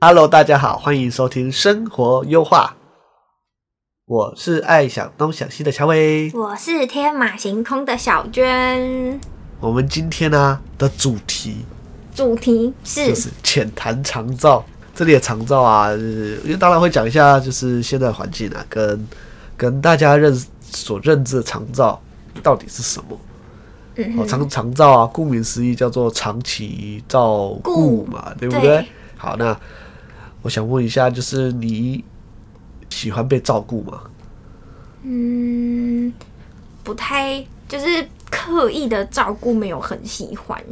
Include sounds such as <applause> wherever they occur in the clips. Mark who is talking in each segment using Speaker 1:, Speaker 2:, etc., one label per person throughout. Speaker 1: Hello，大家好，欢迎收听《生活优化》，我是爱想东想西的乔伟。
Speaker 2: 我是天马行空的小娟，
Speaker 1: 我们今天呢、的主题
Speaker 2: 主题是
Speaker 1: 就是浅谈长照，这里的长照啊，就是因为当然会讲一下，就是现在的环境啊，跟跟大家认识所认知的长照到底是什么。哦，长长照啊，顾名思义叫做长期照顾嘛，对不对
Speaker 2: 对？
Speaker 1: 好，那我想问一下，就是你喜欢被照顾吗？
Speaker 2: 嗯，不太就是刻意的照顾，没有很喜欢，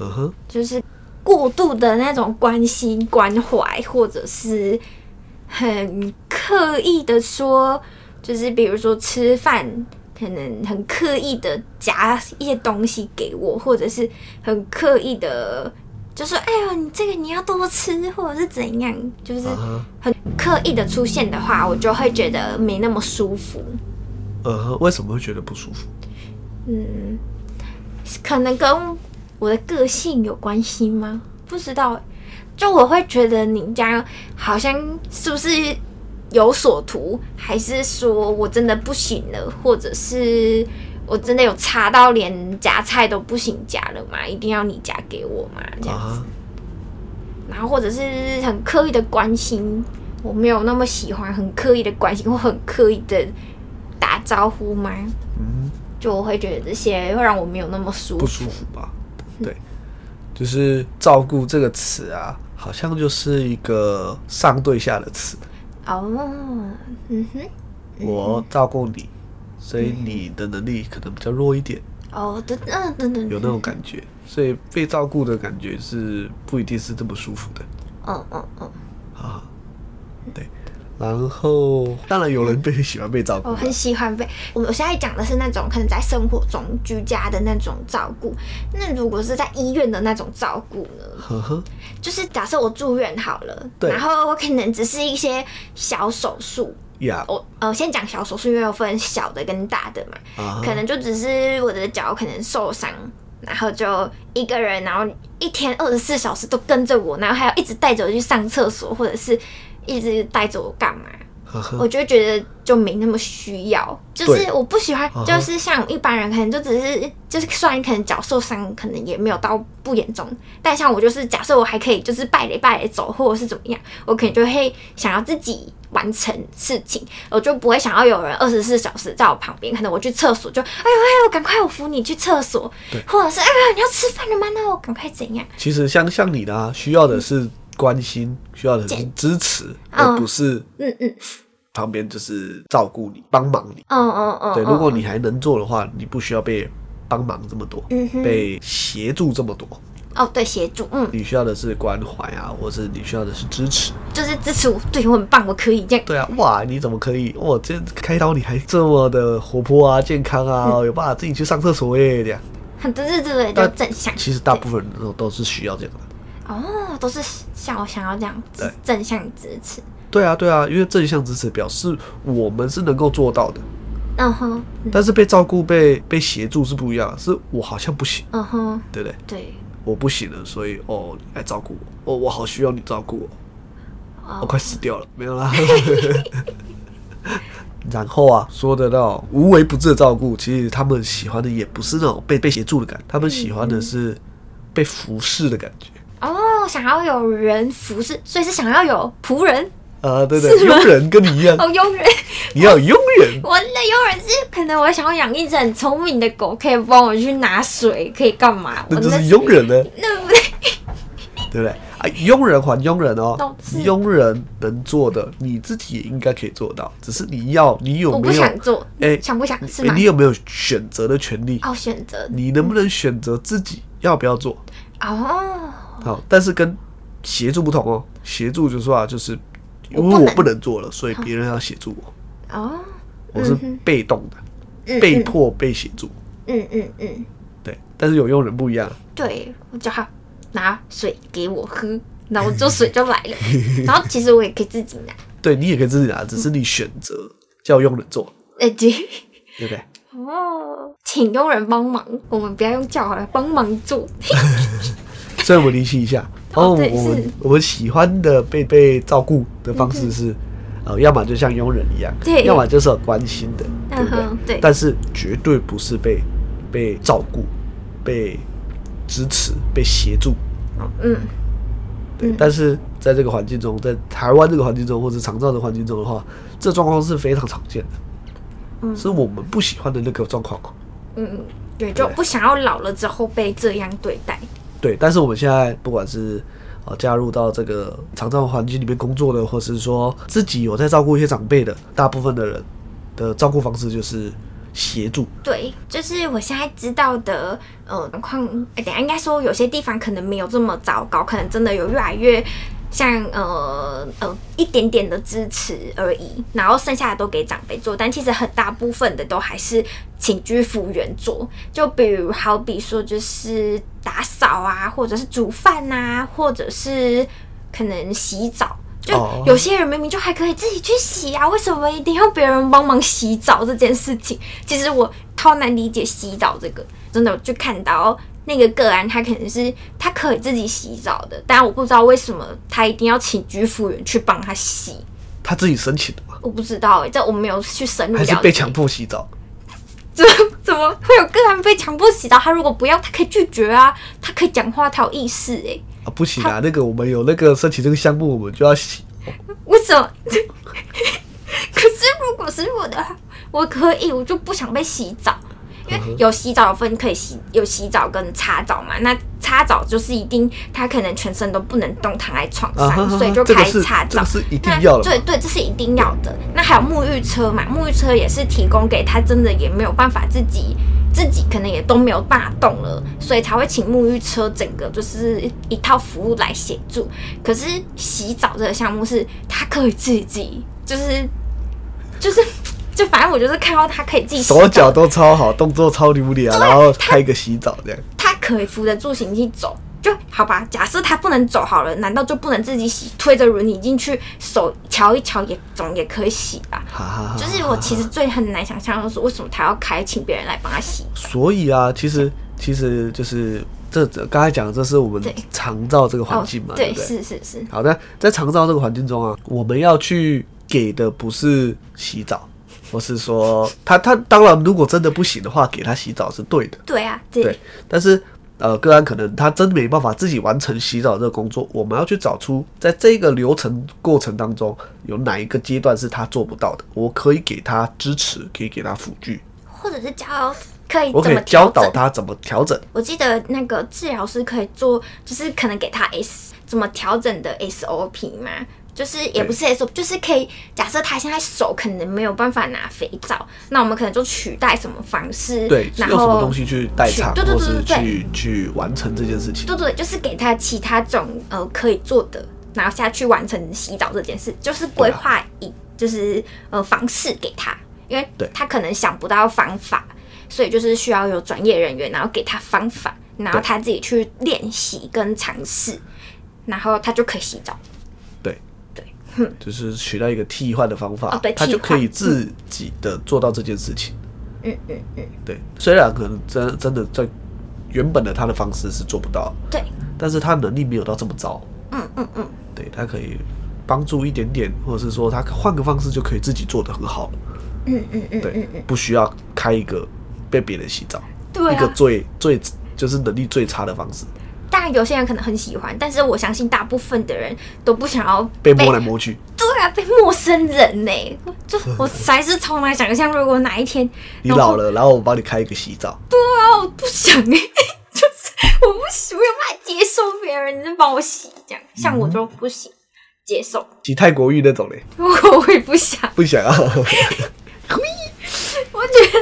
Speaker 1: 嗯哼。
Speaker 2: 就是过度的那种关心关怀，或者是很刻意的说，就是比如说吃饭。可能很刻意的夹一些东西给我，或者是很刻意的就说：“哎呦，你这个你要多吃，或者是怎样？”就是
Speaker 1: 啊哈
Speaker 2: 很刻意的出现的话，我就会觉得没那么舒服。
Speaker 1: 呃，为什么会觉得不舒服？
Speaker 2: 嗯，可能跟我的个性有关系吗？不知道欸，就我会觉得你这样好像是不是有所图，还是说我真的不行了，或者是我真的有差到连夹菜都不行夹了吗？一定要你夹给我吗？这样子，
Speaker 1: 啊，
Speaker 2: 然后或者是很刻意的关心，我没有那么喜欢很刻意的关心或很刻意的打招呼吗？
Speaker 1: 嗯，
Speaker 2: 就我会觉得这些会让我没有那么舒
Speaker 1: 不
Speaker 2: 服。
Speaker 1: 舒服吧？
Speaker 2: 嗯
Speaker 1: 对，就是“照顾”这个词啊，好像就是一个上对下的词。
Speaker 2: 哦，嗯哼，
Speaker 1: 我照顾你，所以你的能力可能比较弱一点，
Speaker 2: 哦，等嗯等等，
Speaker 1: 有那种感觉。所以被照顾的感觉是不一定是这么舒服的
Speaker 2: 嗯嗯嗯，
Speaker 1: 啊。对，然后当然有人被 <laughs> 喜欢被照顾
Speaker 2: 我
Speaker 1: 啦，
Speaker 2: 哦很喜欢被我我现在讲的是那种可能在生活中居家的那种照顾，那如果是在医院的那种照顾呢？
Speaker 1: 呵
Speaker 2: 哦
Speaker 1: 呵，
Speaker 2: 就是假设我住院好了，
Speaker 1: 对
Speaker 2: 然后我可能只是一些小手术，
Speaker 1: 呀
Speaker 2: 我呃先讲小手术，因为有分小的跟大的嘛，
Speaker 1: 啊
Speaker 2: 可能就只是我的脚可能受伤，然后就一个人，然后一天二十四小时都跟着我，然后还要一直带着我去上厕所，或者是一直带着我干嘛？
Speaker 1: 呵呵
Speaker 2: 我就觉得就没那么需要，就是
Speaker 1: 对
Speaker 2: 我不喜欢
Speaker 1: 嗯哼，
Speaker 2: 就是像一般人可能就只是就是虽然可能脚受伤，可能也没有到不严重，但像我就是假设我还可以就是拜垒拜垒走或者是怎么样，我可能就会想要自己完成事情，我就不会想要有人二十四小时在我旁边，可能我去厕所就哎呦哎呦，赶快我扶你去厕所
Speaker 1: 对，
Speaker 2: 或者是哎呦你要吃饭了吗？那我赶快怎样？
Speaker 1: 其实像像你的、啊，需要的是关心，需要的是支持，而不是
Speaker 2: 嗯嗯
Speaker 1: 旁边就是照顾你、帮忙你。
Speaker 2: 嗯嗯嗯，
Speaker 1: 对，
Speaker 2: 嗯
Speaker 1: 如果你还能做的话，你不需要被帮忙这么多，
Speaker 2: 嗯哼
Speaker 1: 被协助这么多。
Speaker 2: 哦对协助，嗯，
Speaker 1: 你需要的是关怀啊，或是你需要的是支持。
Speaker 2: 就是支持我，对我很棒，我可以这样。
Speaker 1: 对啊，哇，你怎么可以？哇，这开刀你还这么的活泼啊、健康啊，
Speaker 2: 嗯
Speaker 1: 有办法自己去上厕所耶、这样。
Speaker 2: 很对对对对，
Speaker 1: 但
Speaker 2: 就正向。
Speaker 1: 其实大部分人都都是需要这样的。
Speaker 2: 哦，都是像我想要这样
Speaker 1: 对
Speaker 2: 正向支持。
Speaker 1: 对啊，对啊，因为正向支持表示我们是能够做到的。
Speaker 2: 嗯哼，
Speaker 1: 但是被照顾、被被协助是不一样的，是我好像不行，
Speaker 2: 嗯哼，
Speaker 1: 对不对？
Speaker 2: 对，
Speaker 1: 我不行了，所以哦，你来照顾我，哦，我好需要你照顾我，
Speaker 2: 哦
Speaker 1: 我快死掉了，没有
Speaker 2: <laughs>
Speaker 1: 啦。然后啊，说的那种无微不至的照顾，其实他们喜欢的也不是那种被被协助的感觉，他们喜欢的是被服侍的感觉。
Speaker 2: 哦，想要有人服侍，所以是想要有仆人
Speaker 1: 呃，对对，佣人跟你一样，
Speaker 2: 哦，佣人。 <laughs>
Speaker 1: 你要有佣人，
Speaker 2: 我的佣人是可能我想要养一只很聪明的狗，可以帮我去拿水，可以干嘛？
Speaker 1: 那
Speaker 2: 我
Speaker 1: 就
Speaker 2: 哦那
Speaker 1: 是佣人呢，
Speaker 2: 那不对，
Speaker 1: 对不对？哎，佣人还佣人哦
Speaker 2: 懂，事
Speaker 1: 佣人能做的，你自己也应该可以做到，只是你要你有
Speaker 2: 我不
Speaker 1: 没有
Speaker 2: 想做，
Speaker 1: 哎
Speaker 2: 想不想是
Speaker 1: 哎
Speaker 2: 吗？
Speaker 1: 你有没有选择的权利？
Speaker 2: 哦，选择
Speaker 1: 你能不能选择自己要不要做？
Speaker 2: 哦，
Speaker 1: 好，但是跟协助不同哦，协助就说啊，就是因
Speaker 2: 我不
Speaker 1: 为我
Speaker 2: 能
Speaker 1: 不能做了，所以别人要协助我，
Speaker 2: 哦，
Speaker 1: 我是被动的，被迫被协助。
Speaker 2: 嗯嗯嗯，
Speaker 1: 对，但是有佣人不一样，
Speaker 2: 对我叫他拿水给我喝，然后就水就来
Speaker 1: <laughs>
Speaker 2: 了，然后其实我也可以自己拿，
Speaker 1: 对你也可以自己拿，只是你选择叫佣人做，
Speaker 2: 哎、对。
Speaker 1: 对不对？
Speaker 2: 哦，请佣人帮忙，我们不要用叫好了，帮忙做。
Speaker 1: 所以我们离析一下，
Speaker 2: 哦
Speaker 1: 我
Speaker 2: 对
Speaker 1: 们
Speaker 2: 是嗯
Speaker 1: 我们喜欢的被被照顾的方式是，呃，要么就像佣人一样，
Speaker 2: 对
Speaker 1: 要么就是有关心的，对
Speaker 2: 嗯
Speaker 1: 不
Speaker 2: 哼
Speaker 1: 对？
Speaker 2: 对
Speaker 1: 但是绝对不是被被照顾、被支持、被协助。
Speaker 2: 嗯，
Speaker 1: 对，
Speaker 2: 嗯
Speaker 1: 但是在这个环境中，在台湾这个环境中，或者长照的环境中的话，这状况是非常常见的，
Speaker 2: 嗯
Speaker 1: 是我们不喜欢的那个状况。
Speaker 2: 嗯，对，就不想要老了之后被这样对待。
Speaker 1: 对，但是我们现在不管是呃加入到这个长照环境里面工作的，或是说自己有在照顾一些长辈的，大部分的人的照顾方式就是协助。
Speaker 2: 对，就是我现在知道的，呃，情况，哎等一下应该说有些地方可能没有这么糟糕，可能真的有越来越像呃呃一点点的支持而已，然后剩下的都给长辈做，但其实很大部分的都还是请居服务员做，就比如好比说就是打扫啊，或者是煮饭呐、或者是可能洗澡。就
Speaker 1: 哦
Speaker 2: 有些人明明就还可以自己去洗啊，为什么一定要别人帮忙洗澡这件事情？其实我超难理解洗澡这个，真的我就看到那个个案，他可能是他可以自己洗澡的，但我不知道为什么他一定要请居服务员去帮他洗，
Speaker 1: 他自己申请的嘛，
Speaker 2: 我不知道哎、这我没有去深入
Speaker 1: 还
Speaker 2: 了
Speaker 1: 是
Speaker 2: 解。
Speaker 1: 被强迫洗澡？
Speaker 2: 怎怎么会有个案被强迫洗澡？他如果不要，他可以拒绝啊，他可以讲话，他有意识哎、
Speaker 1: 啊，不行啊！那个我们有那个申请这个项目，我们就要洗。
Speaker 2: 为什么？ <laughs> 可是如果是我的话，我可以，我就不想被洗澡，因
Speaker 1: 嗯
Speaker 2: 为有洗澡分可以洗，有洗澡跟擦澡嘛。那擦澡就是一定，他可能全身都不能动，躺在床上，
Speaker 1: 啊哈哈
Speaker 2: 所以就
Speaker 1: 这个
Speaker 2: 开
Speaker 1: 是
Speaker 2: 擦
Speaker 1: 这
Speaker 2: 澡。
Speaker 1: 个是一定要的
Speaker 2: 那对对，这是一定要的。那还有沐浴车嘛，沐浴车也是提供给他，真的也没有办法自己。自己可能也都没有办法动了，所以才会请沐浴车整个就是一套服务来协助。可是洗澡这个项目是他可以自己，就是就是 <laughs> 就反正我就是看到他可以自己洗
Speaker 1: 手
Speaker 2: 澡
Speaker 1: 脚都超好，动作超流利啊，然后开一个洗澡这样。
Speaker 2: 他可以扶着助行器走，就好吧。假设他不能走好了，难道就不能自己洗？推着轮椅进去，手瞧一瞧也总也可以洗吧。
Speaker 1: 哈哈哈！
Speaker 2: 就是我其实最很难想象，就是为什么他要开，请别人来帮他洗。
Speaker 1: 所以啊，其实其实就是这这刚才讲，的，这是我们
Speaker 2: 对哦
Speaker 1: 长照这个环境嘛，对
Speaker 2: 对，
Speaker 1: 不对？
Speaker 2: 是是是，
Speaker 1: 好的，在长照这个环境中啊，我们要去给的不是洗澡， <laughs> 或是说他他当然如果真的不行的话，给他洗澡是对的，
Speaker 2: 对啊，
Speaker 1: 对
Speaker 2: 对，。
Speaker 1: 但是呃，个案可能他真没办法自己完成洗澡这个工作，我们要去找出在这个流程过程当中有哪一个阶段是他做不到的，我可以给他支持，可以给他辅具，
Speaker 2: 或者是教可以
Speaker 1: 我
Speaker 2: 怎
Speaker 1: 可以
Speaker 2: 么
Speaker 1: 教
Speaker 2: 调
Speaker 1: 导
Speaker 2: 整。
Speaker 1: 他怎么调整。
Speaker 2: 我记得那个治疗师可以做，就是可能给他 S 怎么调整的 SOP 嘛，就是也不是 SOP，就是可以假设他现在手可能没有办法拿肥皂，那我们可能就取代什么方式，
Speaker 1: 对，
Speaker 2: 然
Speaker 1: 用
Speaker 2: 后
Speaker 1: 什么东西去代偿，
Speaker 2: 对对
Speaker 1: 或
Speaker 2: 对
Speaker 1: 是
Speaker 2: 对对，
Speaker 1: 去去完成这件事情。
Speaker 2: 对对，就是给他其他种呃可以做的，然后下去完成洗澡这件事，就是规划一、就是呃方式给他，因为
Speaker 1: 对
Speaker 2: 他可能想不到方法，所以就是需要有专业人员，然后给他方法，然后
Speaker 1: 对
Speaker 2: 他自己去练习跟尝试，然后他就可以洗澡。
Speaker 1: 对，
Speaker 2: 对，
Speaker 1: <laughs> 就是取到一个替换的方法，
Speaker 2: 哦对
Speaker 1: 他
Speaker 2: 替
Speaker 1: 就可以
Speaker 2: 换
Speaker 1: 自己的做到这件事情。
Speaker 2: 嗯嗯嗯，
Speaker 1: 对，虽然可能真真的在原本的他的方式是做不到，
Speaker 2: 对，
Speaker 1: 但是他能力没有到这么糟，
Speaker 2: 嗯嗯嗯，
Speaker 1: 对他可以帮助一点点，或者是说他换个方式就可以自己做的很好了。
Speaker 2: 嗯嗯嗯，
Speaker 1: 对，不需要开一个被别人洗澡，
Speaker 2: 对
Speaker 1: 一个
Speaker 2: 啊。
Speaker 1: 最最就是能力最差的方式，
Speaker 2: 当然有些人可能很喜欢，但是我相信大部分的人都不想要
Speaker 1: 被摸来摸去。
Speaker 2: 对啊，被陌生人呢、就我实在是从来想象，如果哪一天
Speaker 1: 你老，了，然后我帮你开一个洗澡，
Speaker 2: <laughs> 然后对啊，我不想哎、就是我不行，我有办法接受别人在帮我洗，这样像我就不行、接受，
Speaker 1: 洗泰国浴那种嘞，
Speaker 2: 我也不想，
Speaker 1: 不想啊。
Speaker 2: 我觉得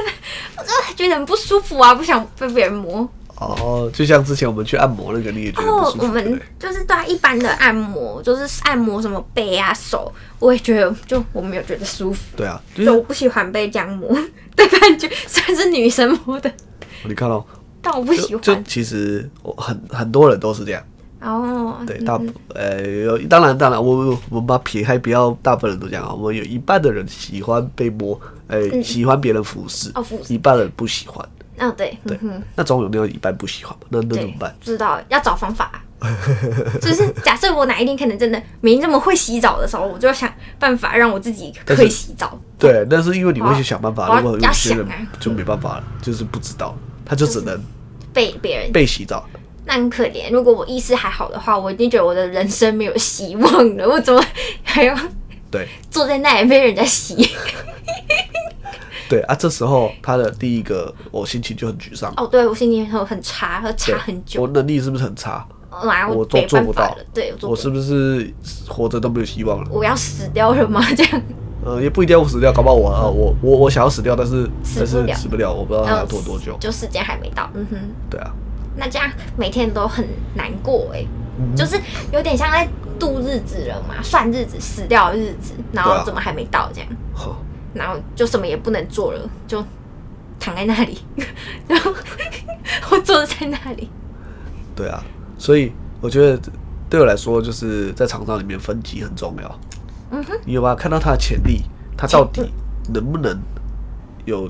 Speaker 2: 我真的觉得很不舒服啊，不想被别人摸。
Speaker 1: <laughs> 哦，就像之前我们去按摩那个，你也觉得不
Speaker 2: 哦
Speaker 1: 舒，服
Speaker 2: 我
Speaker 1: 对不
Speaker 2: 们
Speaker 1: 对
Speaker 2: 就是对啊一般的按摩，就是按摩什么背啊、手，我也觉得就我没有觉得舒服，
Speaker 1: 对啊，就
Speaker 2: 就我
Speaker 1: 是
Speaker 2: 不喜欢被这样摸 <laughs> 的感觉，虽然是女生摸的，
Speaker 1: 你看哦，
Speaker 2: 但我不喜
Speaker 1: 就就
Speaker 2: 欢。
Speaker 1: 其实我很很多人都是这样，
Speaker 2: 哦，
Speaker 1: 对，
Speaker 2: 嗯
Speaker 1: 大部呃有当然当然，我们我们把撇开不要，大部分人都这样啊，我们有一半的人喜欢被摸，呃，喜欢别人服侍，
Speaker 2: 嗯哦服侍
Speaker 1: 一半人不喜欢，
Speaker 2: 嗯、对，
Speaker 1: 对
Speaker 2: 嗯哼，，
Speaker 1: 那总有没有一半不喜欢嘛？那那怎
Speaker 2: 对
Speaker 1: 么办，？
Speaker 2: 不知道要找
Speaker 1: <laughs>
Speaker 2: 方法。就是假设我哪一天可能真的没那么会洗澡的时候，我就要想办法让我自己
Speaker 1: 但
Speaker 2: 会
Speaker 1: 是
Speaker 2: 洗澡。
Speaker 1: 对，但是因为你会
Speaker 2: 我
Speaker 1: 去
Speaker 2: 要
Speaker 1: 想办
Speaker 2: 我
Speaker 1: 法，
Speaker 2: 要
Speaker 1: 如果
Speaker 2: 要
Speaker 1: 有些
Speaker 2: 想
Speaker 1: 人
Speaker 2: 啊
Speaker 1: 就没办法了，就是不知道，他就只能
Speaker 2: 被别人
Speaker 1: 被洗澡。
Speaker 2: 那很可怜。如果我意识还好的话，我一定觉得我的人生没有希望 <laughs> 了。我怎么还要
Speaker 1: 对
Speaker 2: 坐在那里被人家洗？
Speaker 1: 对啊，这时候他的第一个，我心情就很沮丧。
Speaker 2: 哦，对我心情很很差，和
Speaker 1: 对
Speaker 2: 差很
Speaker 1: 我
Speaker 2: 久，
Speaker 1: 能力是不是很差？
Speaker 2: 然后
Speaker 1: 我都
Speaker 2: 没
Speaker 1: 做
Speaker 2: 办
Speaker 1: 不
Speaker 2: 法
Speaker 1: 到
Speaker 2: 了。对，我做
Speaker 1: 我
Speaker 2: 不到
Speaker 1: 是。不是活着都没有希望了？
Speaker 2: 我要死掉了吗？这样
Speaker 1: 呃，也不一定要我死掉，搞不好我呃我我我想要死掉，但是
Speaker 2: 死
Speaker 1: 但
Speaker 2: 不
Speaker 1: 是
Speaker 2: 了
Speaker 1: 死不了，我不知道还要
Speaker 2: 嗯，
Speaker 1: 拖多久。
Speaker 2: 就时间还没到。嗯哼，
Speaker 1: 对啊，
Speaker 2: 那这样每天都很难过哎、
Speaker 1: 嗯
Speaker 2: 就是有点像在度日子了嘛，算日子，死掉的日子，然
Speaker 1: 对啊
Speaker 2: 后怎么还没到这样，
Speaker 1: 好
Speaker 2: 然后就什么也不能做了，就躺在那里， <laughs> 然后我坐在那里，
Speaker 1: 对啊，所以我觉得对我来说，就是在厂商里面分级很重要。
Speaker 2: 嗯哼，
Speaker 1: 你有没有看到他的潜力？他到底能不能有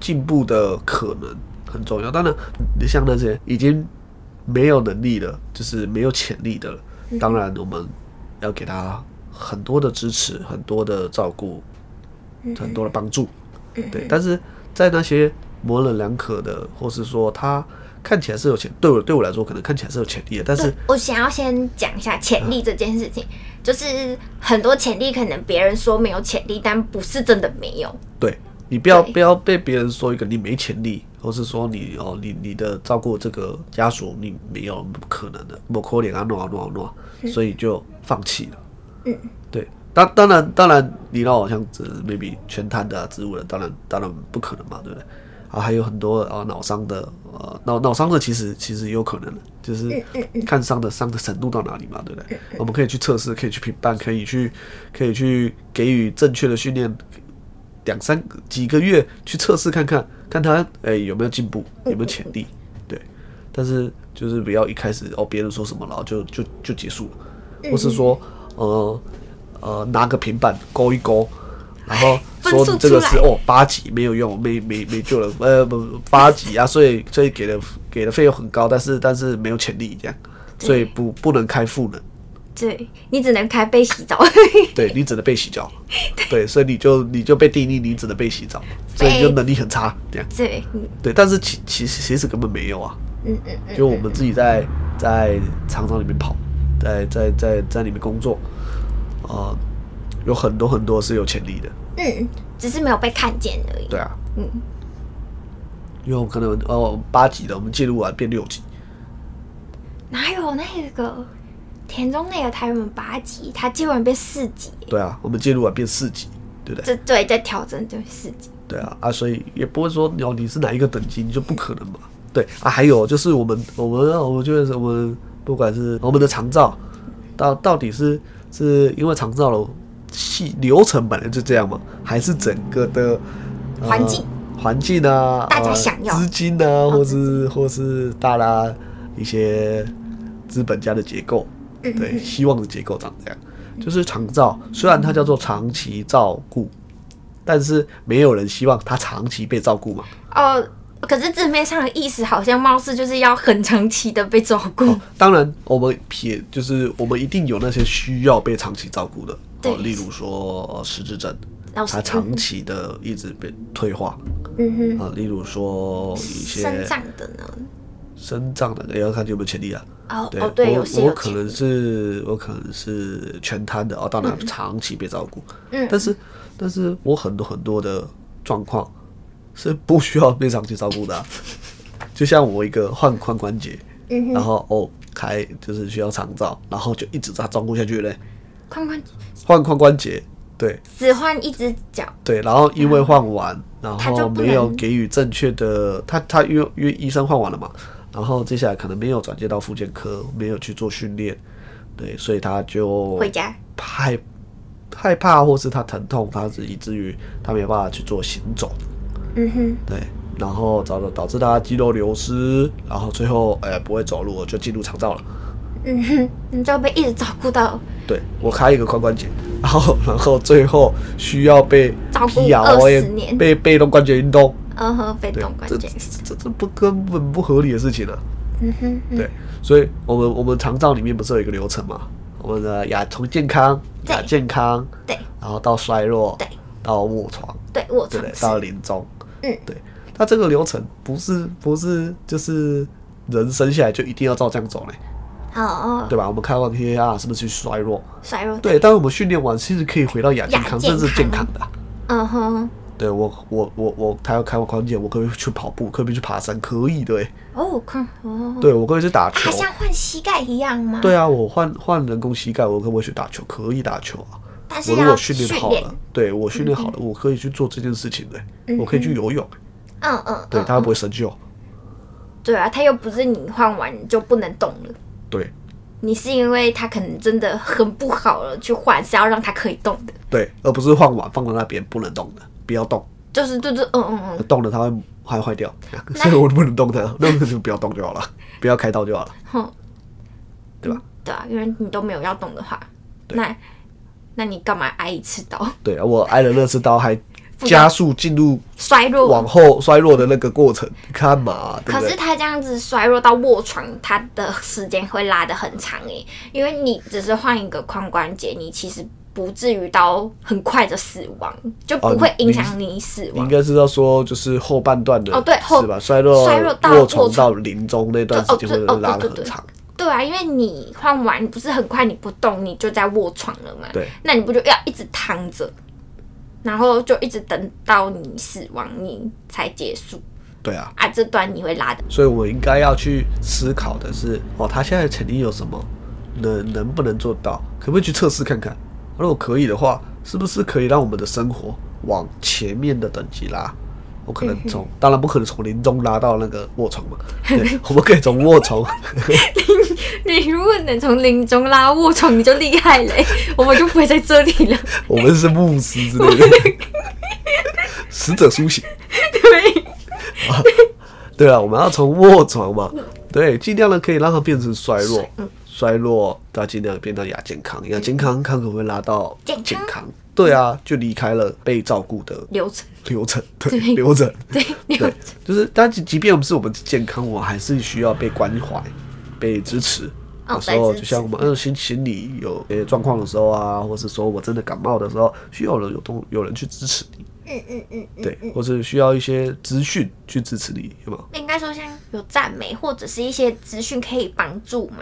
Speaker 1: 进步的可能很重要。当然，你像那些已经没有能力了，就是没有潜力的了，当然我们要给他很多的支持，很多的照顾，很多的帮助。对，但是在那些模棱两可的，或是说他看起来是有潜，对我对我来说可能看起来是有潜力的，但是
Speaker 2: 我想要先讲一下潜力这件事情，就是很多潜力可能别人说没有潜力，但不是真的没有。
Speaker 1: 对你不要
Speaker 2: 对
Speaker 1: 不要被别人说一个你没潜力，或是说你哦你你的照顾这个家属你没有可能的，某可怜啊诺啊诺啊诺啊，所以就放弃了。
Speaker 2: 嗯，
Speaker 1: 对，当当然当然，你让我像这 maybe 全瘫的、啊、植物人，当然当然不可能嘛，对不对？啊，还有很多啊脑伤的，呃脑脑伤的其实其实也有可能的，就是
Speaker 2: 嗯
Speaker 1: 看伤的伤的程度到哪里嘛，对不对？我们可以去测试，可以去评判，可以去可以去给予正确的训练，两三个几个月去测试看看，看他哎、有没有进步，
Speaker 2: 嗯
Speaker 1: 有没有潜力，对。但是就是不要一开始哦别人说什么，然后就就就结束
Speaker 2: 嗯
Speaker 1: 了，或是说呃呃拿个平板勾一勾，然后
Speaker 2: 哎分
Speaker 1: 说
Speaker 2: 数
Speaker 1: 你这个
Speaker 2: 出
Speaker 1: 是
Speaker 2: 来
Speaker 1: 哦八级没有用，没没没救了，呃不不八级啊，所以所以给的给的费用很高，但是但是没有潜力这样，所以不不能开赋能。
Speaker 2: 对你只能开被洗澡， <laughs>
Speaker 1: 对你只能被洗脚， <laughs> 对，所以你就你就被定义你只能被洗澡，所以你就能力很差这样。
Speaker 2: 对，嗯
Speaker 1: 对，但是其其实其实根本没有啊，
Speaker 2: 嗯嗯嗯，
Speaker 1: 就我们自己在在厂商里面跑，在在在在里面工作，啊、有很多很多是有潜力的，
Speaker 2: 嗯，只是没有被看见而已。
Speaker 1: 对啊，
Speaker 2: 嗯，
Speaker 1: 因为我们可能呃我们八级的，我们介入完变六级，
Speaker 2: 哪有那个田中那个他原本八级，他结完变四级，
Speaker 1: 对啊，我们介入完变四级，对不对？
Speaker 2: 这对在调整对四级。
Speaker 1: 对啊，啊，所以也不会说哦，你是哪一个等级，你就不可能嘛。对啊，还有就是我们，我们，我觉得我们不管是我们的长照，到到底是是因为长照的系流程本来就这样嘛，还是整个的呃
Speaker 2: 环境
Speaker 1: 环境啊，
Speaker 2: 大家
Speaker 1: 呃
Speaker 2: 想要
Speaker 1: 资金啊，或
Speaker 2: 哦资
Speaker 1: 是或是大家一些资本家的结构，
Speaker 2: 嗯
Speaker 1: 对，希望的结构长这样。就是长照，虽然它叫做长期照顾，但是没有人希望他长期被照顾嘛。
Speaker 2: 哦，可是字面上的意思好像貌似就是要很长期的被照顾。
Speaker 1: 哦当然，我们撇就是我们一定有那些需要被长期照顾的，
Speaker 2: 对
Speaker 1: 哦，例如说呃失智症，
Speaker 2: 老师
Speaker 1: 他长期的一直被退化
Speaker 2: 嗯哼，
Speaker 1: 啊，例如说一些
Speaker 2: 身上的呢？
Speaker 1: 生长的，也要看有没有潜力啊。
Speaker 2: 哦
Speaker 1: 对，
Speaker 2: 哦，对，有是
Speaker 1: 我我
Speaker 2: 有
Speaker 1: 可
Speaker 2: 钱。
Speaker 1: 能是我可能是全瘫的哦，当然长期被照顾，
Speaker 2: 嗯
Speaker 1: 但是但是我很多很多的状况是不需要被长期照顾的啊、就像我一个患髋关节，
Speaker 2: 嗯
Speaker 1: 然
Speaker 2: 哼，
Speaker 1: 后哦开就是需要长照，然后就一直这样照顾下去嘞，
Speaker 2: 髋关节
Speaker 1: 换髋关节，对
Speaker 2: 只换一只脚，
Speaker 1: 对，然后因为换完，然
Speaker 2: 嗯他就
Speaker 1: 后
Speaker 2: 不
Speaker 1: 没有
Speaker 2: 能
Speaker 1: 给予正确的，他他因为因为医生换完了嘛，然后接下来可能没有转接到复健科，没有去做训练，对，所以他就
Speaker 2: 回家
Speaker 1: 害害怕或是他疼痛，他是以至于他没有办法去做行走，
Speaker 2: 嗯哼，
Speaker 1: 对，然后导致导致他肌肉流失，然后最后哎、不会走路就进入肠道了。
Speaker 2: 嗯哼，你就被一直照顾到
Speaker 1: 对我开一个髋关节，然后然后最后需要被
Speaker 2: 照顾
Speaker 1: P R
Speaker 2: 20年
Speaker 1: 被被动关节运动，
Speaker 2: 呃和被
Speaker 1: 对
Speaker 2: 动，关
Speaker 1: 这
Speaker 2: 节
Speaker 1: 这，这这不根本不合理的事情啊！
Speaker 2: 嗯哼，嗯
Speaker 1: 对，所以我们我们肠道里面不是有一个流程嘛？我们的亚从健康
Speaker 2: 对
Speaker 1: 亚健康，
Speaker 2: 对
Speaker 1: 然后到衰弱，
Speaker 2: 对，
Speaker 1: 到卧床，
Speaker 2: 对，我
Speaker 1: 对
Speaker 2: 尝
Speaker 1: 不对？
Speaker 2: 试
Speaker 1: 到临终，
Speaker 2: 嗯，
Speaker 1: 对。那这个流程不是不是就是人生下来就一定要照这样走嘞，
Speaker 2: 哦哦，
Speaker 1: 对吧？我们看望 K R 是不是去衰弱？
Speaker 2: 衰弱，
Speaker 1: 对，但是我们训练完，其实可以回到亚健康，
Speaker 2: 亚健
Speaker 1: 甚
Speaker 2: 康
Speaker 1: 至健康的啊、
Speaker 2: 嗯哼，
Speaker 1: 对我，我，我，我，他要开我关节，我可不可以去跑步？可不可以去爬山？可以的、欸。
Speaker 2: 哦，我看，哦，
Speaker 1: 对，我可不可以去打球
Speaker 2: 它？像换膝盖一样吗？
Speaker 1: 对，啊，我换换人工膝盖，我可不可以去打球？可以打球啊。
Speaker 2: 但是
Speaker 1: 我如果
Speaker 2: 要
Speaker 1: 训练好了，对我训练好了，我可以去做这件事情的、我可以去游泳，
Speaker 2: 嗯嗯，
Speaker 1: 对，
Speaker 2: 嗯
Speaker 1: 他会不会生锈？
Speaker 2: 对啊，它又不是你换完就不能动了，
Speaker 1: 对，
Speaker 2: 你是因为它可能真的很不好了去换，是要让它可以动的，
Speaker 1: 对，而不是换碗放在那边不能动的，不要动，
Speaker 2: 就是就是嗯嗯嗯，
Speaker 1: 动了它会它会坏掉，所以我不能动它， <laughs> 那我就不要动就好了， <laughs> 不要开刀就好了。
Speaker 2: 哼，
Speaker 1: 对吧？
Speaker 2: 对啊，因为你都没有要动的话，那那你干嘛挨一次刀？ <laughs>
Speaker 1: 对啊我挨了那次刀还加速进入
Speaker 2: 衰弱
Speaker 1: 往后衰落的那个过程，你看嘛，对不
Speaker 2: 可是
Speaker 1: 对？
Speaker 2: 他这样子衰弱到卧床，他的时间会拉得很长诶，因为你只是换一个髋关节，你其实不至于到很快的死亡，就不会影响你死
Speaker 1: 哦你应
Speaker 2: 亡。
Speaker 1: 该知道说，就是后半段的
Speaker 2: 哦对后
Speaker 1: 是吧？衰落、
Speaker 2: 衰落到
Speaker 1: 卧
Speaker 2: 卧
Speaker 1: 床
Speaker 2: 床
Speaker 1: 到临终那段时间会
Speaker 2: 对哦对哦
Speaker 1: 拉得
Speaker 2: 对
Speaker 1: 很
Speaker 2: 对对
Speaker 1: 长，
Speaker 2: 对啊，因为你换完你不是很快你不动，你就在卧床了嘛。
Speaker 1: 对，
Speaker 2: 那你不就要一直躺着，然后就一直等到你死亡你才结束
Speaker 1: 对啊。
Speaker 2: 啊？这段你会拉的，
Speaker 1: 所以我应该要去思考的是，哦，他现在潜力有什么，能能不能做到，可不可以去测试看看？如果可以的话，是不是可以让我们的生活往前面的等级拉？我可能
Speaker 2: <laughs>
Speaker 1: 从，当然不可能从临终拉到那个卧床嘛，对，我们可以从卧床，
Speaker 2: 你如果能从林中拉卧床，你就厉害嘞、我们就不会在这
Speaker 1: <laughs>
Speaker 2: 里了。
Speaker 1: 我们是牧师之类的， <laughs> 死者苏醒。
Speaker 2: 对。
Speaker 1: 对啊，我们要从卧床嘛，对，尽量的可以让它变成衰弱，衰弱，它尽量变到亚健康，亚健康看可不可以拉到
Speaker 2: 嗯健康
Speaker 1: 健康？对啊，就离开了被照顾的
Speaker 2: 流程，
Speaker 1: 流程，对，
Speaker 2: 对
Speaker 1: 流程，
Speaker 2: 对流
Speaker 1: 对，就是，但即即便我们是我们健康，我还是需要被关怀、被支持。
Speaker 2: 哦
Speaker 1: 有时候
Speaker 2: 被支持
Speaker 1: 就像我们嗯心心理有呃状况的时候啊，或是说我真的感冒的时候，需要人有东有人去支持你，
Speaker 2: 嗯嗯嗯，
Speaker 1: 对，或是需要一些资讯去支持你，有没有？
Speaker 2: 应该说像有赞美或者是一些资讯可以帮助嘛，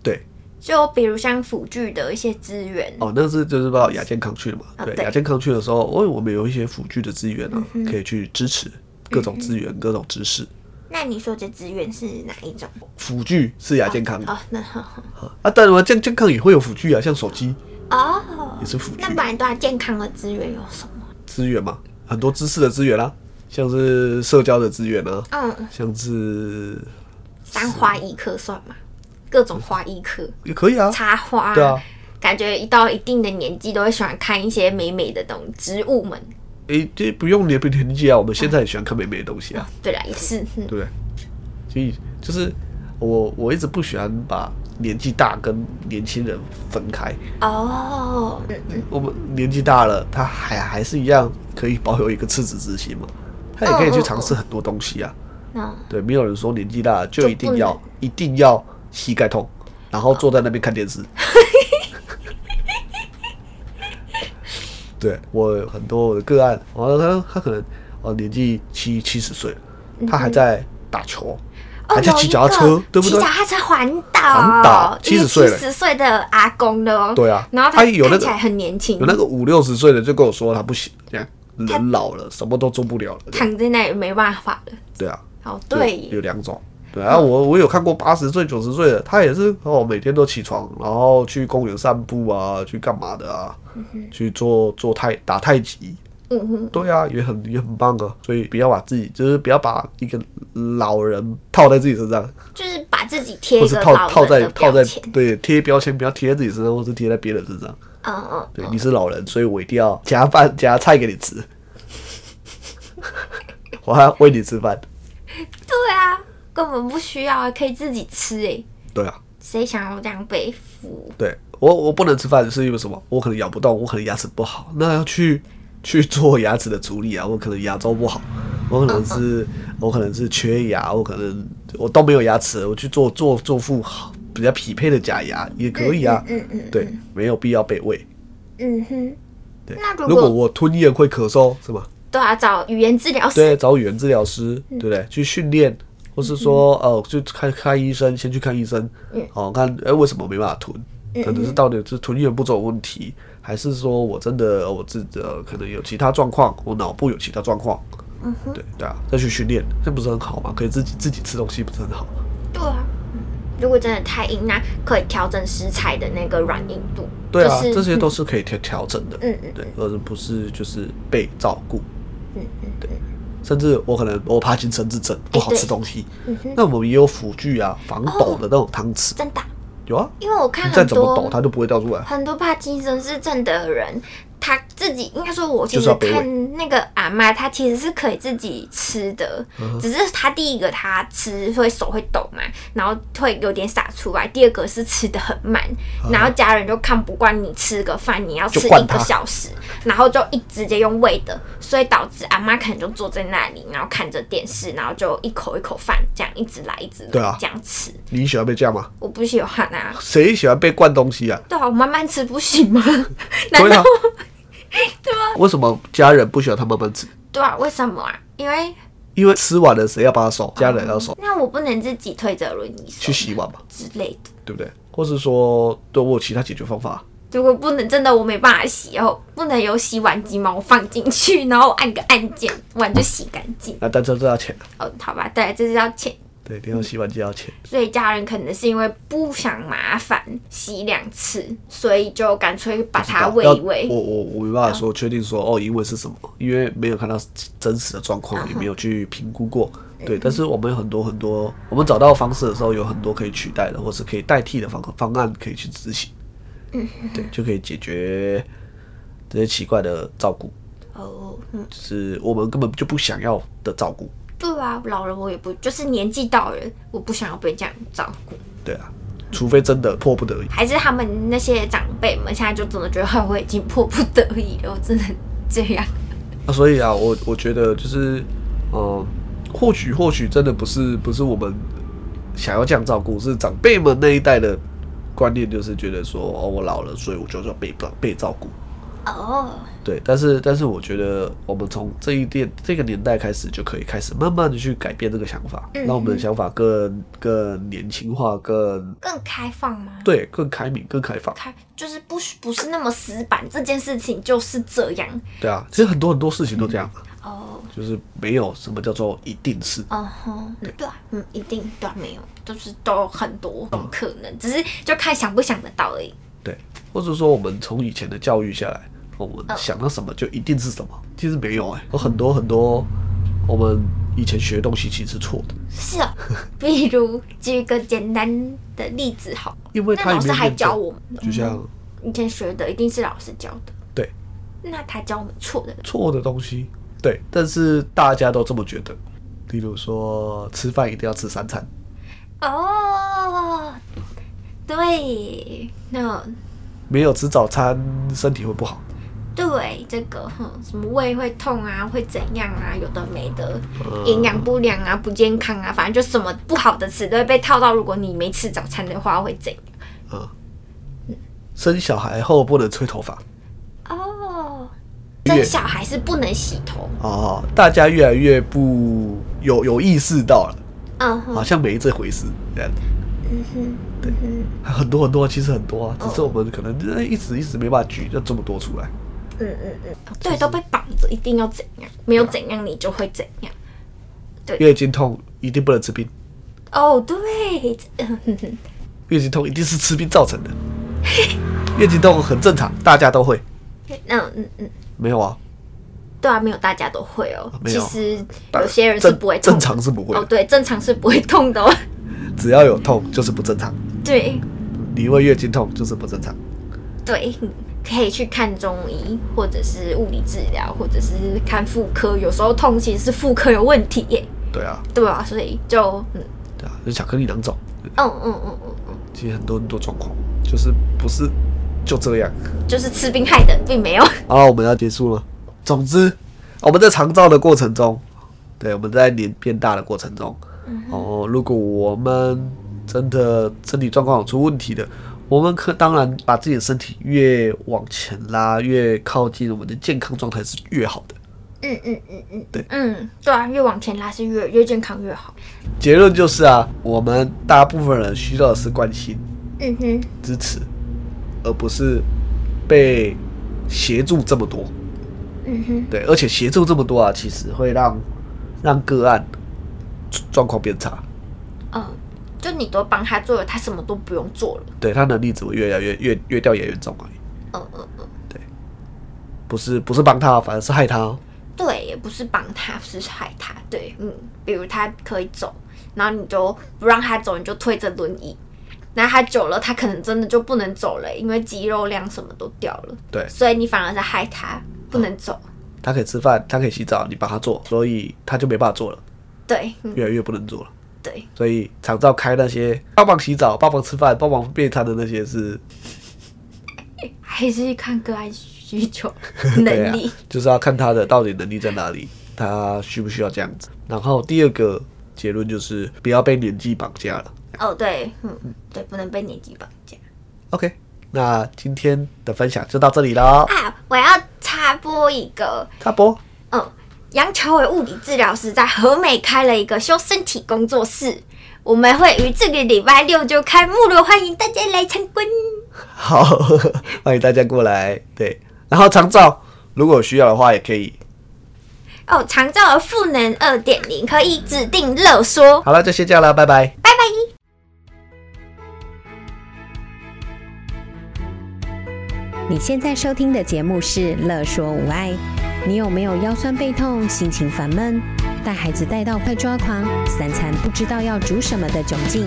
Speaker 1: 对，
Speaker 2: 就比如像辅具的一些资源，
Speaker 1: 哦，那是就是到亚健康去了嘛？
Speaker 2: 啊
Speaker 1: 对，
Speaker 2: 嗯对嗯
Speaker 1: 亚健康去的时候，哦，我们有一些辅具的资源啊，可以去支持各种资源、各种知识。
Speaker 2: 那你说这资源是哪一种？
Speaker 1: 辅具是亚健康的
Speaker 2: 哦，那好好
Speaker 1: 啊，当然健健康也会有辅具啊，像手机
Speaker 2: 哦
Speaker 1: 也，是辅具
Speaker 2: 那不然对健康的资源有什么？
Speaker 1: 资源嘛，很多知识的资源啦、像是社交的资源啊，
Speaker 2: 嗯，
Speaker 1: 像是
Speaker 2: 三花一科算吗？各种花一科，
Speaker 1: 也可以啊，
Speaker 2: 插花，
Speaker 1: 对啊，
Speaker 2: 感觉一到一定的年纪都会喜欢看一些美美的东西，植物们。
Speaker 1: 诶，这不用年不年纪啊，我们现在也喜欢看美美的东西啊。
Speaker 2: 对啦，也是，嗯
Speaker 1: 对不对？所以就是我我一直不喜欢把年纪大跟年轻人分开。
Speaker 2: 哦，嗯
Speaker 1: 我们年纪大了，他还还是一样可以保有一个赤子之心嘛，他也可以去尝试很多东西啊。
Speaker 2: 那
Speaker 1: 对，没有人说年纪大了就一定要
Speaker 2: 就不
Speaker 1: 一定要膝盖痛，然后坐在那边看电视。 <laughs> 对我有很多我的个案，完了他他可能哦年纪七七十岁了，
Speaker 2: 嗯
Speaker 1: 他还在打球，
Speaker 2: 哦，
Speaker 1: 还在
Speaker 2: 有
Speaker 1: 骑
Speaker 2: 一
Speaker 1: 脚踏
Speaker 2: 个
Speaker 1: 车，对不
Speaker 2: 骑
Speaker 1: 对
Speaker 2: 脚？踏车环岛，
Speaker 1: 环岛70岁了
Speaker 2: 十岁的阿公的哦。
Speaker 1: 对啊
Speaker 2: 然后
Speaker 1: 他
Speaker 2: 他
Speaker 1: 有那个
Speaker 2: 看起来很年轻
Speaker 1: 有，那个五六十岁的就跟我说他不行，这样人老了什么都做不了了。
Speaker 2: 躺在那里没办法了。
Speaker 1: 对啊，
Speaker 2: 哦，
Speaker 1: 有有
Speaker 2: 对，
Speaker 1: 两种，对啊，我我有看过八十岁、九十岁的，他也是哦，每天都起床，然后去公园散步啊，去干嘛的啊，去做做太打太极。
Speaker 2: 嗯哼，
Speaker 1: 对啊，也很也很棒啊，所以不要把自己，就是不要把一个老人套在自己身上，
Speaker 2: 就是把自己贴
Speaker 1: 或
Speaker 2: 一
Speaker 1: 是
Speaker 2: 个
Speaker 1: 套套
Speaker 2: 老人
Speaker 1: 在
Speaker 2: 的
Speaker 1: 套
Speaker 2: 标
Speaker 1: 在
Speaker 2: 签。
Speaker 1: 对贴标签，不要贴在自己身上，或是贴在别人身上。
Speaker 2: 嗯嗯，
Speaker 1: 对，你是老人，所以我一定要夹饭夹菜给你吃， <laughs> 我还要喂你吃饭。
Speaker 2: 对啊，根本不需要，啊可以自己吃诶、
Speaker 1: 对啊，
Speaker 2: 谁想要这样被服？
Speaker 1: 对我我不能吃饭是因为什么？我可能咬不动，我可能牙齿不好，那要去去做牙齿的处理啊。我可能牙周不好，我可能是 <laughs> 我可能是缺牙，我可能我都没有牙齿，我去做做做副好比较匹配的假牙也可以啊。
Speaker 2: 嗯嗯，
Speaker 1: 对，没有必要被喂。
Speaker 2: 嗯哼，
Speaker 1: 对
Speaker 2: 那，如
Speaker 1: 如
Speaker 2: 果
Speaker 1: 果我吞咽会咳嗽，是吗？
Speaker 2: 都要啊找语言治疗师。
Speaker 1: 对，找语言治疗师，
Speaker 2: 嗯
Speaker 1: 对不对？去训练，或是说，呃，去看看医生，先去看医生，
Speaker 2: 嗯
Speaker 1: 哦，看，哎、为什么没办法吞？可能是到底是吞咽步骤有问题，还是说我真的呃我自己呃可能有其他状况，我脑部有其他状况，
Speaker 2: 嗯
Speaker 1: 对对啊，再去训练，这不是很好吗？可以自己自己吃东西，不是很好吗？
Speaker 2: 对啊，嗯如果真的太硬，那可以调整食材的那个软硬度。
Speaker 1: 对啊，
Speaker 2: 就是、
Speaker 1: 这些都是可以调调整的，
Speaker 2: 嗯嗯
Speaker 1: 对，而不是就是被照顾，
Speaker 2: 嗯嗯
Speaker 1: 对，甚至我可能我帕金森之症不好
Speaker 2: 哎对
Speaker 1: 吃东西，
Speaker 2: 嗯哼，
Speaker 1: 那我们也有辅具啊，防抖的那种汤匙，
Speaker 2: 真的啊，
Speaker 1: 有啊，
Speaker 2: 因为我看
Speaker 1: 你再
Speaker 2: 很
Speaker 1: 怎么抖，
Speaker 2: 多
Speaker 1: 它就不会掉出来。
Speaker 2: 很多帕金森氏症的人，他自己应该说，我其
Speaker 1: 就是
Speaker 2: 实
Speaker 1: 要卑微
Speaker 2: 看那个阿妈，她其实是可以自己吃的，
Speaker 1: 嗯
Speaker 2: 只是她第一个她吃会手会抖嘛，然后会有点洒出来；第二个是吃的很慢，
Speaker 1: 嗯
Speaker 2: 然后家人就看不惯你吃个饭，你要
Speaker 1: 就
Speaker 2: 吃
Speaker 1: 惯
Speaker 2: 一个
Speaker 1: 她
Speaker 2: 小时，然后就一直接用喂的，所以导致阿妈可能就坐在那里，然后看着电视，然后就一口一口饭这样一直来，一直
Speaker 1: 对
Speaker 2: 来、
Speaker 1: 啊
Speaker 2: 这样吃。
Speaker 1: 你喜欢被这样吗？
Speaker 2: 我不喜欢啊，
Speaker 1: 谁喜欢被灌东西啊？
Speaker 2: 对啊，我慢慢吃不
Speaker 1: <laughs>
Speaker 2: 行吗？难
Speaker 1: 对啊
Speaker 2: 道， <laughs> 啊
Speaker 1: 为什么家人不喜欢他慢慢吃？
Speaker 2: 对啊，为什么啊？因为
Speaker 1: 因为吃完了谁要把他收？家人要收，
Speaker 2: 那我不能自己推着轮椅
Speaker 1: 去
Speaker 2: 手
Speaker 1: 洗碗嘛，
Speaker 2: 之类的。
Speaker 1: 对不对？或是说，对我有其他解决方法？啊
Speaker 2: 如果不能真的我没办法洗哦，不能有洗碗机吗？我放进去，然后按个按键，碗就洗干净。
Speaker 1: 那但这这要钱，啊
Speaker 2: 哦，好吧，对，这是要钱。
Speaker 1: 对，你要
Speaker 2: 嗯
Speaker 1: 洗碗机要钱，
Speaker 2: 所以家人可能是因为不想麻烦洗两次，所以就干脆把它喂
Speaker 1: 要
Speaker 2: 一喂
Speaker 1: 我。我我没办法说确定说哦，因为是什么？因为没有看到真实的状况，也没有去评估过。对，但是我们有很多很多，我们找到方式的时候，有很多可以取代的，或是可以代替的方方案可以去执行。对，就可以解决这些奇怪的照顾。
Speaker 2: 哦，嗯，
Speaker 1: 就是我们根本就不想要的照顾。
Speaker 2: 对啊，老了我也不，就是年纪到了，我不想要被这样照顾。
Speaker 1: 对啊，除非真的迫不得已。
Speaker 2: 还是他们那些长辈们现在就真的觉得哦我已经迫不得已了，我真的这样。
Speaker 1: 那所以啊，我我觉得就是，呃，或许或许真的不是不是我们想要这样照顾，是长辈们那一代的观念，就是觉得说，哦，我老了，所以我就是要被被照顾。
Speaker 2: 哦，
Speaker 1: 对，但是但是我觉得我们从这一点这个年代开始，就可以开始慢慢的去改变这个想法，
Speaker 2: 嗯
Speaker 1: 让我们的想法更更年轻化，更
Speaker 2: 更开放吗？
Speaker 1: 对，更开明，更开放。
Speaker 2: 开就是不是不是那么死板，这件事情就是这样。
Speaker 1: 对啊，其实很多很多事情都这样。
Speaker 2: 哦，
Speaker 1: 就是没有什么叫做一定是。
Speaker 2: 嗯哼，对啊，嗯，一定对啊，没有，就是都有很多种可能，只是就看想不想得到而已。
Speaker 1: 对，或者说我们从以前的教育下来，我们想到什么就一定是什么，其实没有哎、有很多很多我们以前学的东西其实是错的，
Speaker 2: 是 <laughs> 哦，比如举一个简单的例子好，
Speaker 1: 因为
Speaker 2: 那
Speaker 1: 他也
Speaker 2: 老
Speaker 1: 没
Speaker 2: 师
Speaker 1: 有
Speaker 2: 还
Speaker 1: 验证
Speaker 2: 教我们
Speaker 1: 就像
Speaker 2: 以前学的，一定是老师教的，
Speaker 1: 对
Speaker 2: 那他教我们错的。
Speaker 1: 错的东西，对，但是大家都这么觉得。例如说，吃饭一定要吃三餐，
Speaker 2: 哦，对，那
Speaker 1: 没有吃早餐身体会不好。
Speaker 2: 对这个哼，什么胃会痛啊，会怎样啊，有的没的，营养不良啊，不健康啊，反正就什么不好的词都会被套到。如果你没吃早餐的话，会怎样？
Speaker 1: 生小孩后不能吹头发
Speaker 2: 哦，
Speaker 1: 越
Speaker 2: 生小孩是不能洗头。
Speaker 1: 哦，大家越来越不有有意识到了，
Speaker 2: 嗯哼，
Speaker 1: 好像没这回事这样。
Speaker 2: 嗯哼，嗯哼，哦
Speaker 1: 很多很多，其实很多啊，只是我们可能呃一直一直没办法举就这么多出来。
Speaker 2: 嗯嗯嗯，哦对，都被绑着，一定要怎样，没有怎样你就会怎样。
Speaker 1: 月经痛一定不能吃冰，
Speaker 2: 哦，对，嗯
Speaker 1: 月经痛一定是吃冰造成
Speaker 2: <laughs>
Speaker 1: 的。月经痛很正常，大家都会。
Speaker 2: 嗯嗯，
Speaker 1: 没有啊，
Speaker 2: 对啊，没有大家都会哦。
Speaker 1: 没
Speaker 2: 其
Speaker 1: 有
Speaker 2: 实有些人是
Speaker 1: 正
Speaker 2: 不会痛
Speaker 1: 正
Speaker 2: 的
Speaker 1: 常是不会
Speaker 2: 哦，
Speaker 1: 的，
Speaker 2: 对，正常是不会痛的、哦。 <laughs>
Speaker 1: 只要有痛就是不正常。
Speaker 2: 对
Speaker 1: 你会月经痛就是不正常。
Speaker 2: 对，可以去看中医，或者是物理治疗，或者是看妇科。有时候痛其实是妇科有问题耶，
Speaker 1: 对啊，
Speaker 2: 对吧、所以就嗯
Speaker 1: 对啊，就巧克力囊肿，
Speaker 2: 嗯嗯嗯嗯嗯，
Speaker 1: 其实很多很多状况，就是不是就这样。
Speaker 2: 嗯就是吃冰害的，并没有。 <laughs>
Speaker 1: 好了，我们要结束了。总之，我们在长照的过程中，对，我们在年变大的过程中，哦，如果我们真的身体状况有出问题的，我们可当然把自己的身体越往前拉，越靠近我们的健康状态是越好的。
Speaker 2: 嗯嗯嗯嗯，
Speaker 1: 对
Speaker 2: 嗯，对啊，越往前拉是越越健康越好。
Speaker 1: 结论就是啊，我们大部分人需要的是关心、
Speaker 2: 嗯哼，
Speaker 1: 支持，而不是被协助这么多。
Speaker 2: 嗯哼，
Speaker 1: 对，而且协助这么多啊，其实会让让个案状况变差，
Speaker 2: 嗯，就你都帮他做了，他什么都不用做了。
Speaker 1: 对他能力只会越来越越越掉越严重而已。
Speaker 2: 嗯嗯嗯，
Speaker 1: 不是不是帮他，反而是害他、哦。
Speaker 2: 对，也不是帮他，是害他。对，嗯，比如他可以走，然后你就不让他走，你就推着轮椅。那他久了，他可能真的就不能走了，因为肌肉量什么都掉了，
Speaker 1: 对
Speaker 2: 所以你反而是害他不能走。
Speaker 1: 他可以吃饭，他可以洗澡，你帮他做，所以他就没办法做了，
Speaker 2: 对，嗯，
Speaker 1: 越来越不能做了。
Speaker 2: 对，
Speaker 1: 所以厂照开那些帮忙洗澡、帮忙吃饭、帮忙备餐的那些是，
Speaker 2: 还是看个案需求
Speaker 1: <laughs> 对
Speaker 2: 能
Speaker 1: 啊
Speaker 2: 力。，
Speaker 1: 就是要看他的到底能力在哪里，他需不需要这样子。然后第二个结论就是不要被年纪绑架了。
Speaker 2: 哦，对，嗯，对，不能被年纪绑架
Speaker 1: OK，那今天的分享就到这里了。哦
Speaker 2: 啊！我要插播一个，
Speaker 1: 插播，
Speaker 2: 嗯，杨乔伟物理治疗师在和美开了一个修身体工作室，我们会于这个礼拜六就开幕了，欢迎大家来参观。
Speaker 1: 好， <laughs> 欢迎大家过来。对，然后长照如果有需要的话，也可以。
Speaker 2: 哦，长照的赋能二点零可以指定热缩，
Speaker 1: 好了，就先这样了，拜拜。
Speaker 2: 拜拜。
Speaker 3: 你现在收听的节目是《乐说无爱》，你有没有腰酸背痛、心情烦闷，带孩子带到快抓狂，三餐不知道要煮什么的窘境？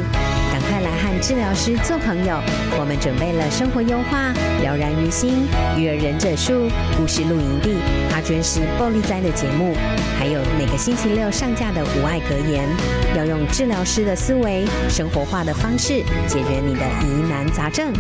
Speaker 3: 赶快来和治疗师做朋友，我们准备了生活优化、了然于心、育儿忍者术、故事露营地、阿娟师暴力灾的节目，还有每个星期六上架的无爱格言，要用治疗师的思维、生活化的方式解决你的疑难杂症。